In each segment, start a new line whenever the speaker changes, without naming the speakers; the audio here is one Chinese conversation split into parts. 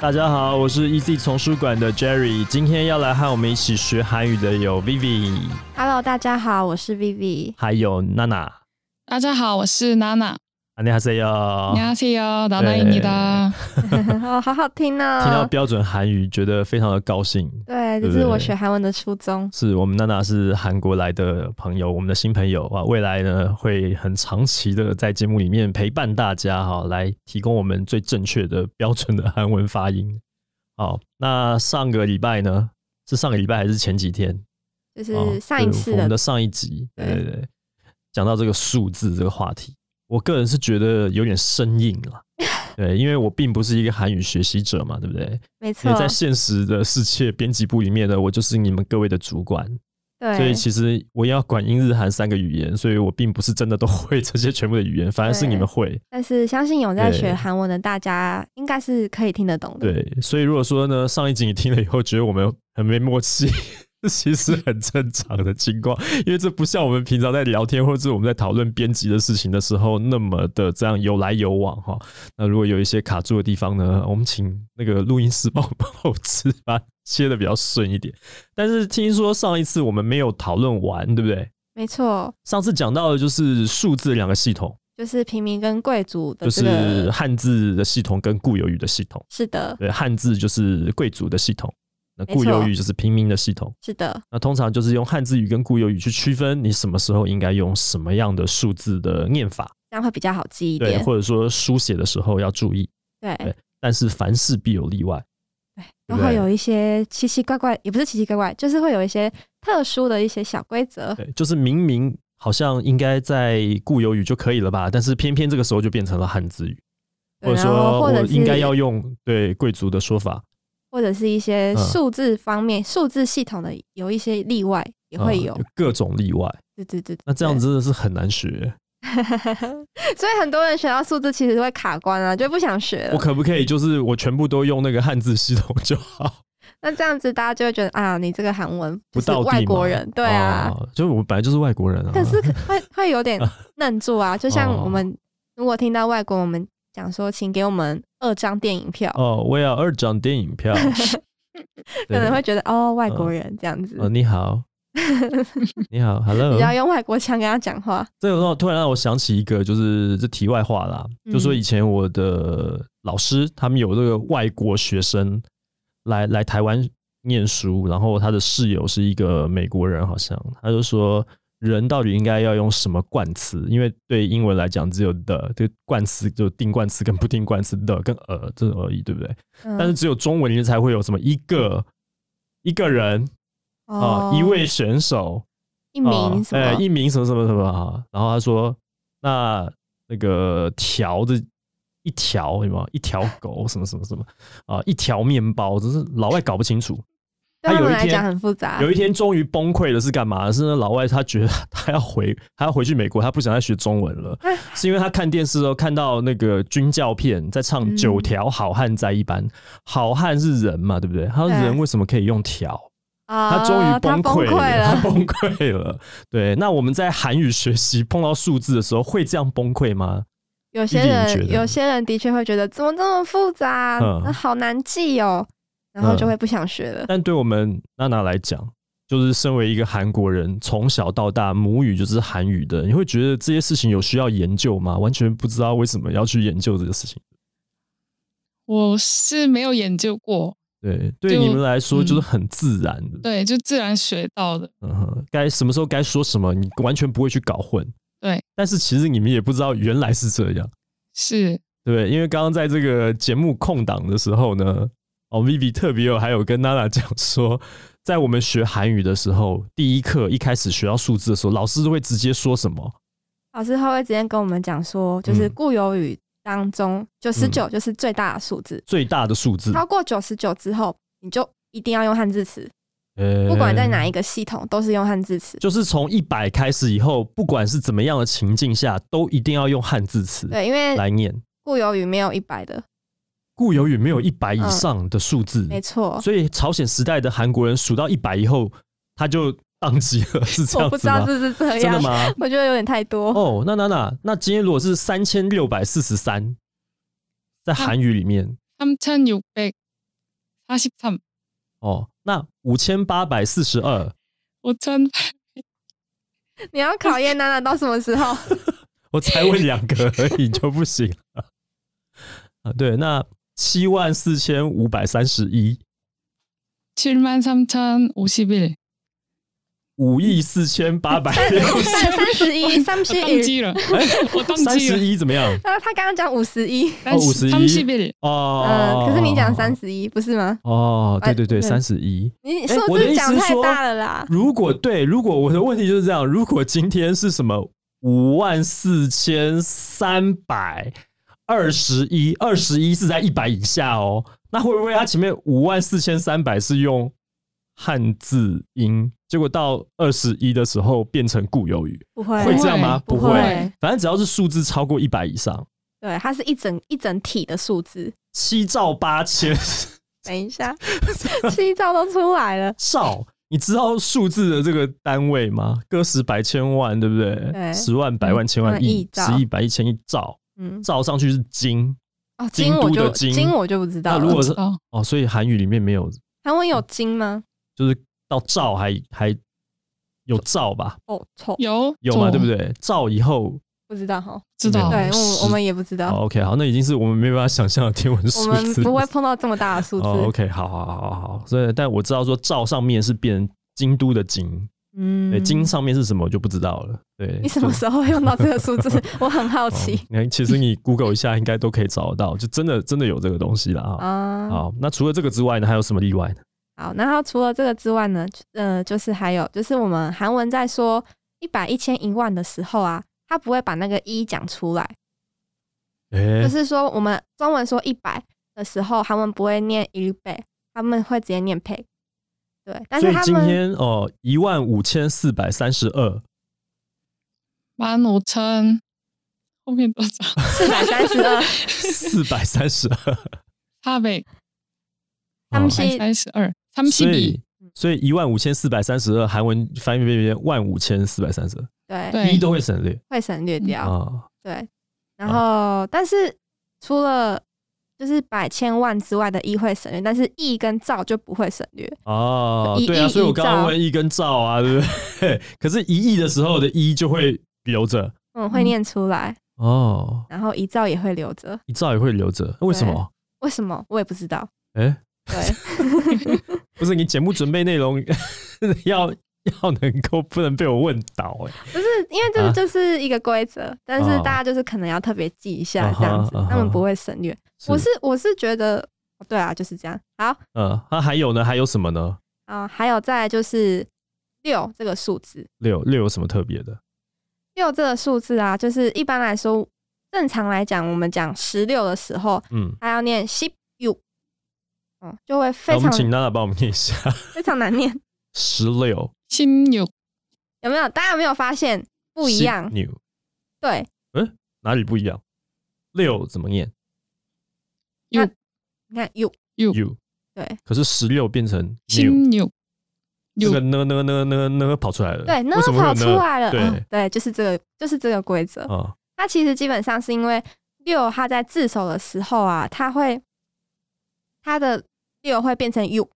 大家好，我是 EZ 丛书馆的 Jerry，今天要来和我们一起学韩语的有 Vivi，
Hello，大家好，我是 Vivi。
还有娜娜。
大家好，我是娜娜。
안녕하세
안녕
요。
하세요，娜娜입니다。
네。
哦，好好听哦。
听到标准韩语，觉得非常的高兴。对
对，这
不对
是我学韩文的初衷。
是我们娜娜是韩国来的朋友，我们的新朋友啊，未来呢会很长期的在节目里面陪伴大家哈，来提供我们最正确的标准的韩文发音。好，那上个礼拜呢，是上个礼拜还是前几天？
就是
哦
上一
对
次
我
的，
们的上一集，对
对
对对，讲到这个数字这个话题，我个人是觉得有点生硬 了，对，因为我并不是一个韩语学习者嘛，对不对？
没
因
错
为，在现实的世界编辑部里面呢，我就是你们各位的主管，所
对
以，其实我要管英日韩三个语言，所以我并不是真的都会这些全部的语言，反而是你们会，
但是相信有在
对
学韩文的大家，应该是可以听得懂的。
对，所以如果说呢，上一集你听了以后觉得我们很没默契， 其实很正常的情况，因为这不像我们平常在聊天或者是我们在讨论编辑的事情的时候那么的这样有来有往哈。那如果有一些卡住的地方呢，我们请那个录音师帮我们 后置，把它切的比较顺一点。但是听说上一次我们没有讨论完，对不对？
没错，
上次讲到的就是数字两个系统，
就是平民跟贵族的
就
这个，
是汉字的系统跟固有语的系统。
是的，
对，汉字就是贵族的系统，那
没
固有
错
语就是平民的系统。
是的，
那通常就是用汉字语跟固有语去区分你什么时候应该用什么样的数字的念法，
这样会比较好记一
对，
点。
或者说书写的时候要注意。
对，
对但是凡事必有例 外，对
然
不
后
对
有一些奇奇怪怪，也不是奇奇怪怪，就是会有一些特殊的一些小规则。
对，就是明明好像应该在固有语就可以了吧，但是偏偏这个时候就变成了汉字语，
对
或者
然后
说
或
我
者是
应该要用对贵族的说法，
或者是一些
嗯
数字方面、数字系统的有一些例外也会
嗯
有，
各种例外。
对对对。
那这样
对，
真的是很难学。
所以很多人学到数字其实会卡关啊，就不想学
我
了。
可不可以就是我全部都用那个汉字系统就好？
那这样子大家就会觉得啊，你这个韩文
不
就是
到地嘛
外国人，对啊。
哦就是我本来就是外国人啊。
可是可会会有点愣住啊，就像
哦
我们如果听到外国我们讲说，请给我们二张电影票，
哦，我要二张电影票，
可能
对
会觉得哦，外国人这样子，
哦，你 好，你好，Hello
你。要用外国腔跟他讲话，
这个时候突然让我想起一个，就是这题外话啦，
嗯
就说以前我的老师他们有这个外国学生来来台湾念书，然后他的室友是一个美国人，好像他就说。人到底应该要用什么冠词？因为对英文来讲，只有的这个冠词就定冠词跟不定冠词的跟呃这种而已，对不对？
嗯、
但是只有中文里面才会有什么一个一个人啊、一位选手，
哦一
一
名什么，
哎一名什么什么什么啊。然后他说，那那个条的一条有没有一条狗什么什么什么啊、一条面包，只是老外搞不清楚。
对
他
他
有
们
一
来
天
讲很复杂，
有一天终于崩溃的是干嘛？是那老外他觉得他要回 他要回去美国，他不想再学中文
啊
了，是因为他看电视的时候看到那个军教片在唱《
嗯
九条好汉在一班》，好汉是人嘛，对不对？他说
对
人为什么可以用条？
啊，
他终于崩溃
溃
了，他崩溃了。 对，那我们在韩语学习碰到数字的时候会这样崩溃吗？
有些
一定觉
人
得
有些人的确会觉得怎么这么复杂，
嗯
那好难记哦，然后
嗯
就会不想学了。
但对我们娜娜来讲，就是身为一个韩国人，从小到大母语就是韩语的，你会觉得这些事情有需要研究吗？完全不知道为什么要去研究这个事情。
我是没有研究过，
对，对
就
你们来说
嗯
就是很自然的。
对，就自然学到的。
嗯哼，该什么时候该说什么，你完全不会去搞混。
对，
但是其实你们也不知道原来是这样。
是，
对，因为刚刚在这个节目空档的时候呢，哦，Vivi 特别有还有跟娜娜讲说，在我们学韩语的时候，第一课一开始学到数字的时候，老师都会直接说什么？
老师他会直接跟我们讲说，就是
嗯
固有语当中，九十九就是最大的数字，
最大的数字
超过九十九之后，你就一定要用汉字词，
呃
不管在哪一个系统都是用汉字词。
就是从一百开始以后，不管是怎么样的情境下，都一定要用汉字词
对，因
嗯
为
来嗯念。
固有语没有一百的，
固有语没有一百以
嗯
上的数字，
没错。
所以朝鲜时代的韩国人数到一百以后，他就宕机 了，是这
我
样
不知
子
道
吗？
是不是这
真的
样，
吗？
我觉得有点太多。
哦，那那那那今天如果是三千六百四十三，在
啊
韩语里面
3,643,
哦，那五千八百四十二，
5,000
你要考验娜娜到什么时 候？
我才问两个而已就不行了啊？对，那七万四千五百三十一，
73,051.
五亿四千八百六 哎
三三十一，三
我
十
宕
一。
机了，我宕
三
机
十
了。
一怎么样？
那他刚刚讲五十一，
哦51
31,
哦，
嗯，可是你讲三十一不是吗？
哦，对对对，
哎对
三十一。
你
哎
数
我的意
字
思
讲
是
太
说
大了 啦。
如果对，如果我的问题就是这样，如果今天是什么五万四千三百二十一，二十一是在一百以下哦，那会不会它前面五万四千三百是用汉字音，结果到二十一的时候变成固有语，
不会
会这样吗？
不
不
会
会，反正只要是数字超过一百以上，
对，它是一整一整体的数字。
七兆八千
等一下，七兆都出来了。
兆。你知道数字的这个单位吗？个十百千万，对不对？
对
十万百万千万
嗯
亿
亿，兆
十亿百亿千亿兆，
嗯，
照上去是金
哦，
京
金我
都的
就
京
金我就不知道
那如
了
果。是
哦，
哦，所以韩语里面没有，
韩文有金吗？
就是到兆还还有兆吧，
哦，错，
嗯
有
有嘛，
左
对不？对？兆以后，
不知道哈。
知道
哦
对，
是哦
我我们也不知道，
好 OK，好，那已经是我们没办法想象的天文
我
数
们
字，
不会碰到这么大的数
哦
字。
，OK，好好好好好，所以但我知道说兆上面是变京都的京，
嗯
对，京上面是什么我就不知道了，对，
你什么
就
时候会用到这个数 字？我很好
哦
奇
那其实你 Google 一下应该都可以找得到，就真的真的有这个东西啦。啊。
啊。
好，那除了这个之外呢，还有什么例外呢？
好，然后除了这个之外呢，呃，就是还有就是我们韩文在说一百、一千、一万的时候啊，它不会把那个一讲出来，
诶
就是说我们中文说一百的时候，韩文不会念一倍，他们会直接念配。对，但
所
是
以
他
今
们
天哦，一万五千四百三十二，
万五千，后面多少？
四百三十 二，
四百三十二，
差北
他们是
三十二，他们是
所
比
以所以一万五千四百三十二，韩文翻译变变万五千四百三十二，
对，
对
一都会省略
会省略掉。
啊。
对，然后但是除了就是百千万之外的亿会省略，但是亿跟兆就不会省略。
哦，
一
对啊，
一
所以我
一
刚刚
兆
问一跟兆啊，对不对？可是，一亿的时候的一就会留着
嗯，会
嗯
念出来，
哦，
然后一兆也会留着。
一兆也会留着，为什么？
为什么我也不知道。
诶，
对，
不是你节目准备内容 要要能够不能被我问倒哎、
不是因为这
啊
个就是一个规则，但是
哦
大家就是可能要特别记一下这样子，
啊哈啊哈
他们不会省略。我是我是觉得，对啊，就是这样。好
嗯，那、还有呢？还有什么呢？
啊、还有再来就是六这个数字，
六六有什么特别的？嗯
六这个数字啊，就是一般来说，正常来讲，我们讲十六的时候，
嗯，
它要念 ship you，嗯，就会非
那我
常
们请娜娜帮我们念一 下
非常难念，
十六
新有
有没有？大家有没有发现不一样？
new
对，
哪里不一样？六怎么念
有
你看 you，
？you
对
可是十六变成 new，
新有
这个
有
呢呢呢呢呢跑出来了，
对，那
为什么会有
跑
呢
出来了，
对
嗯对，就是这个，就是这个规则。
啊，
它其实基本上是因为六，它在自首的时候啊，它会它的六会变成 u，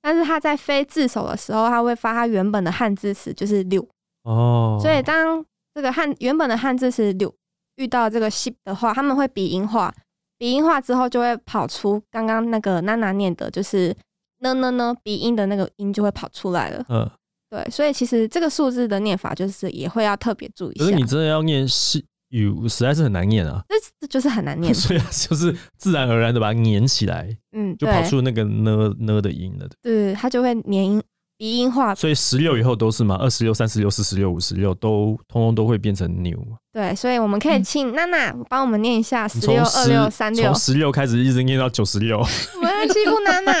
但是它在非自首的时候，它会发它原本的汉字词就是六，
哦，
所以当这个汉原本的汉字词六遇到这个 ship 的话，他们会鼻音化，鼻音化之后就会跑出刚刚那个娜娜念的，就是呢呢呢鼻音的那个音就会跑出来了。
嗯，
对，所以其实这个数字的念法就是也会要特别注意
可
一
是
下
你，真的要念是 you 实在是很难念啊，
这这就是 很难念。
所以就是自然而然的把它粘起来，
嗯，
就
对
跑出那个呢呢的音了。
对，它就会粘音鼻音化，
所以十六以后都是嘛，二十六、三十六、四十六、五十六都通通都会变成 new 嘛。
对，所以我们可以请娜娜帮我们念一下
嗯你
十
从
六、二六、
十
三六
从，十六开始一直念到九十 六，
我们要欺负娜 娜。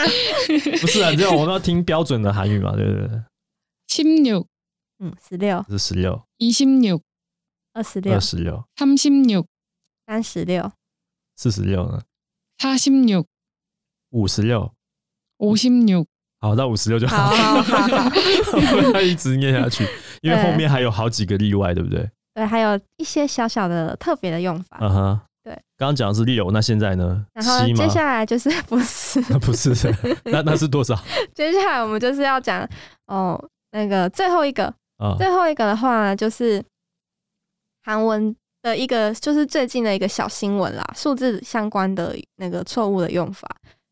不是啊，这样我们要听标准的韩语嘛，对不对？
16,
嗯，十六、
是十六、
26,
二十六
二、十六、
36,
三 十六、
四十六呢，
46,
五十六，
56,
好，到五十六 就
好
好，
好好好，
不要一直念下去，因为后面还有好几个例外，对不对？
对，还有一些小小的特别的用法。
嗯哼，
对，
刚刚讲的是六，那现在呢？
然后
七吗
接？下来就是 不是，
那 不 是，那那是多少
接下来我们就是要讲哦，那个最后一个，
啊？
最后一个的话呢，就是韩文的一个，就是最近的一个小新闻啦，数字相关的那个错误的用法，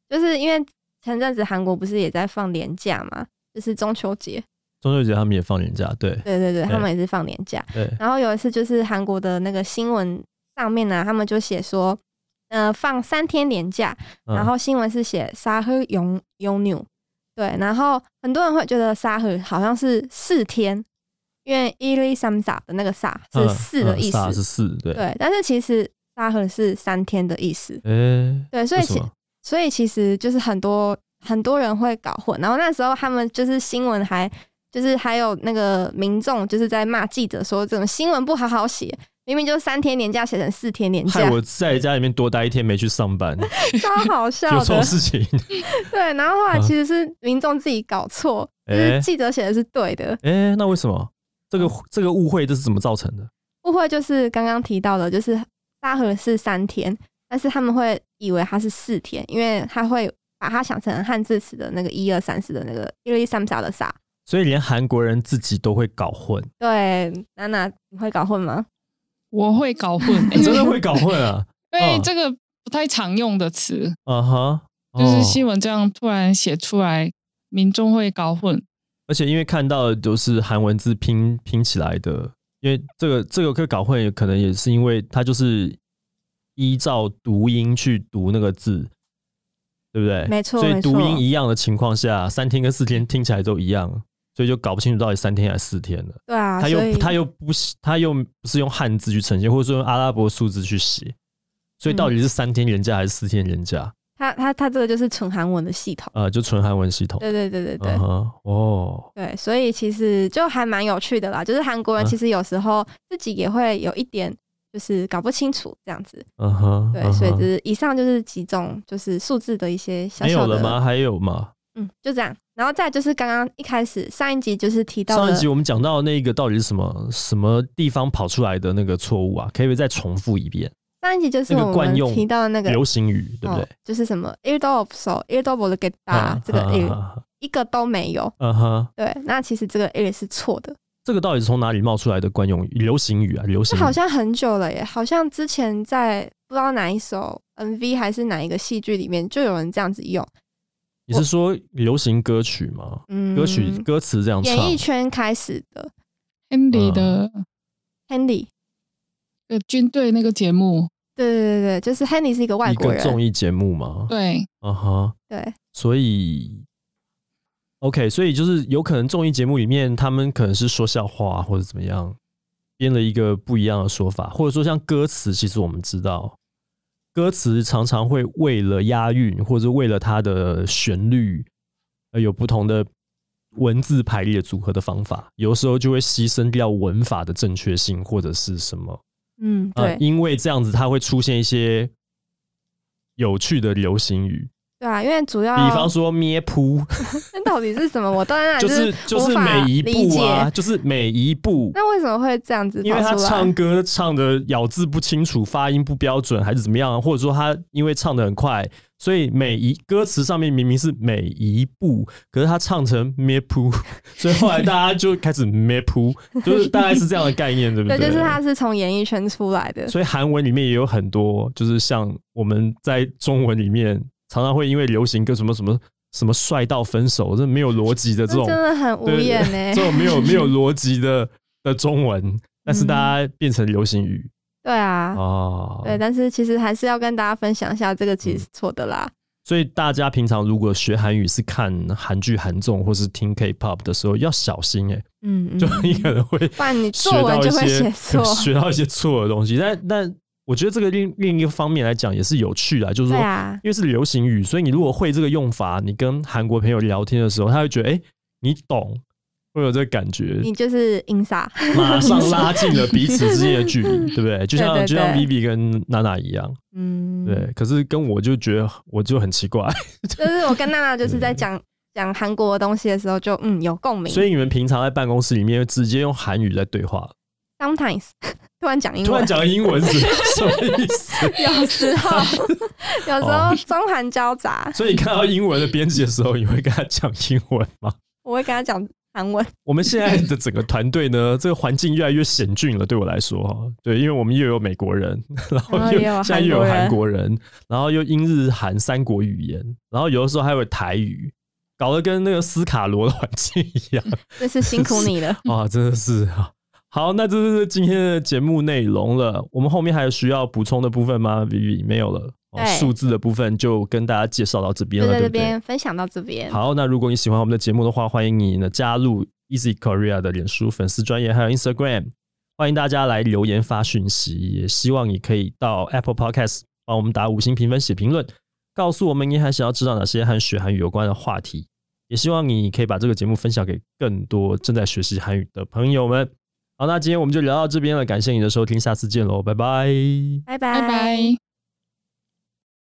就是因为前阵子韩国不是也在放年假嘛，就是中秋节，
中秋节他们也放年假，对
对对对，
对
他们也是放年假。
对，
然后有一次就是韩国的那个新闻上面呢、啊他们就写说，呃，放三天年假，
嗯
然后新闻是写沙赫永永纽，对，然后很多人会觉得沙赫好像是四天，因为伊利三萨的那个萨是
嗯
四的
嗯
意思，
傻是四，对，
对，但是其实沙赫是三天的意思，
哎，
对，所以
为什
其
么
所以其实就是很多很多人会搞混，然后那时候他们就是新闻还就是还有那个民众就是在骂记者说这种新闻不好好写，明明就三天年假写成四天年假
害，我在家里面多待一天没去上班，有
超好 笑
这种
的。
事情，
对，然后后来
啊
其实是民众自己搞错，就是
哎
记者写的是对的，
哎，那为什么这
哦
个这个误会这是怎么造成的？
误会就是刚刚提到的，就是沙河是三天，但是他们会以为它是四天，因为他会把它想成汉字词的那个一二三四的那个一二一三三的沙。
所以连韩国人自己都会搞 混，
对，娜娜，你会搞混吗？
我会搞混，
你
因
哎真的
为
会搞混啊！
因
嗯
为这个不太常用的词，
啊哈，
就是
哦
新闻这样突然写出来，民众会搞混。
而且因为看到的都是韩文字拼拼起来的，因为这个这个可以搞混，可能也是因为它就是依照读音去读那个字，对不对？
没错
所以
没错
读音一样的情况下，三天跟四天听起来都一样，所以就搞不清楚到底三天还是四天了。
对啊，
它
所以
又它又不是它又不是用汉字去呈现，或者说用阿拉伯数字去写，所以到
嗯
底是三天连假还是四天连假？
他他他这个就是纯韩文的系统。
呃，就纯韩文系统。
对对对对对、
嗯哼，哦，
对，所以其实就还蛮有趣的啦。就是韩国人
嗯
其实有时候自己也会有一点就是搞不清楚这样子。
嗯哼，
对，
嗯
所以
哼
就是以上就是几种就是数字的一些小
没有
小的。
了吗？还有吗？
嗯，就这样。然后再就是刚刚一开始上一集就是提到
上
的
一集我们讲到那个到底是什么什么地方跑出来的那个错误啊？可以再重复一遍，
上一集就是
那个
我
惯
们
用
提到的那个
流行语对不
哦
对？
就是什么 ear d o b so ear d o b 的 get
啊
a 这个哎 ear
啊
一个都没有。
啊哈，
对，那其实这个 ear 是错的。
这个到底是从哪里冒出来的惯用语、流行语啊？流
这
行语
好像很久了耶，好像之前在不知道哪一首 MV 还是哪一个戏剧里面就有人这样子用，
你是说流行歌曲吗？
嗯，
歌曲歌词这样唱
演，艺圈开始的
Henry 的、
哦
Handy，
呃军队那个节目，
对对对对，就是 Handy 是一个外
一
国
个
人，
综艺节目吗？
对，
啊哈，
对
所以 OK，所以就是有可能综艺节目里面他们可能是说笑话或者怎么样，编了一个不一样的说法，或者说像歌词，其实我们知道，歌词常常会为了押韵或者为了它的旋律，呃，有不同的文字排列组合的方法，有时候就会牺牲掉文法的正确性或者是什么。
嗯
呃
对，
因为这样子，它会出现一些有趣的流行语，
对啊，因为主要
比方说咩噗，
那到底是什么，我当然
就是就
无
是
法
每一
理
步
解。
啊，就是每一步，
那为什么会这样子
因为
跑
他
出来
唱歌唱的咬字不清楚，发音不标准，还是怎么样，啊或者说他因为唱的很快，所以每一歌词上面明明是每一步，可是他唱成咩噗，所以后来大家就开始咩噗，就是大概是这样的概念，对不
对，
对？
就是他是从演艺圈出来 的，
所以韩文里面也有很多，就是像我们在中文里面常常会因为流行歌什么什么什么帅到分手，这没有逻辑的这
那
种
真的欸很无
对
言呢、
这种没有没有逻辑的的中文，但是
嗯
大家变成流行语
对啊，
哦。嗯
对，但是其实还是要跟大家分享一下，这个其实是错的啦。
所以大家平常如果学韩语是看韩剧、韩综或是听 K-pop 的时候，要小心哎、
嗯嗯，
就你可能会
不然你
学
作
到
文
一
就会
些
写错
学到一些错的东西。但但我觉得这个另另一个方面来讲也是有趣的，就是
对
说，
啊，
因为是流行语，所以你如果会这个用法，你跟韩国朋友聊天的时候，他会觉得哎、诶你懂，会有这个感觉，
你就是 英傻，
马上拉近了彼此之间的距 离，对不对？就像
对对
就像
对
Vivi 跟娜娜一样，
嗯，
对。可是跟我就觉得我就很奇怪，
就是我跟娜娜就是在讲讲韩国的东西的时候就，嗯有共鸣。
嗯所以你们平常在办公室里面直接用韩语在对话，
sometimes 突然讲英
突然
文，
讲英文是什么意思？
有时候有时
哦
候中韩交杂，
所以你看到英文的编辑的时候，你会跟他讲英文吗？
我会跟她讲韩文。
我们现在的整个团队呢， 这个环境越来越险峻了。对我来说，哈，对，因为我们又有美国人， 然后
然后
又
哦也有
现在又有
韩国人
韩国人，然后又英日韩三国语言，然后有的时候还有台语，搞得跟那个斯卡罗的环境一 样
真是辛苦你 了。
啊，真的是啊。好，那这就是今天的节目内容了。我们后面还有需要补充的部分吗？Vivi 没有了。哦
对
数字的部分就跟大家介绍到这边
就
了，
在
对
这
不对？
边分享到这边，
好，那如果你喜欢我们的节目的话，欢迎你呢加入 Easy Korea 的脸书粉丝专业，还有 Instagram，欢迎大家来留言发讯息，也希望你可以到 Apple Podcast 帮我们打五星评分、写评论，告诉我们你还想要知道哪些和学韩语有关的话题。也希望你可以把这个节目分享给更多正在学习韩语的朋友们。好，那今天我们就聊到这边了，感谢你的收听，下次见喽，拜拜。
拜
拜拜。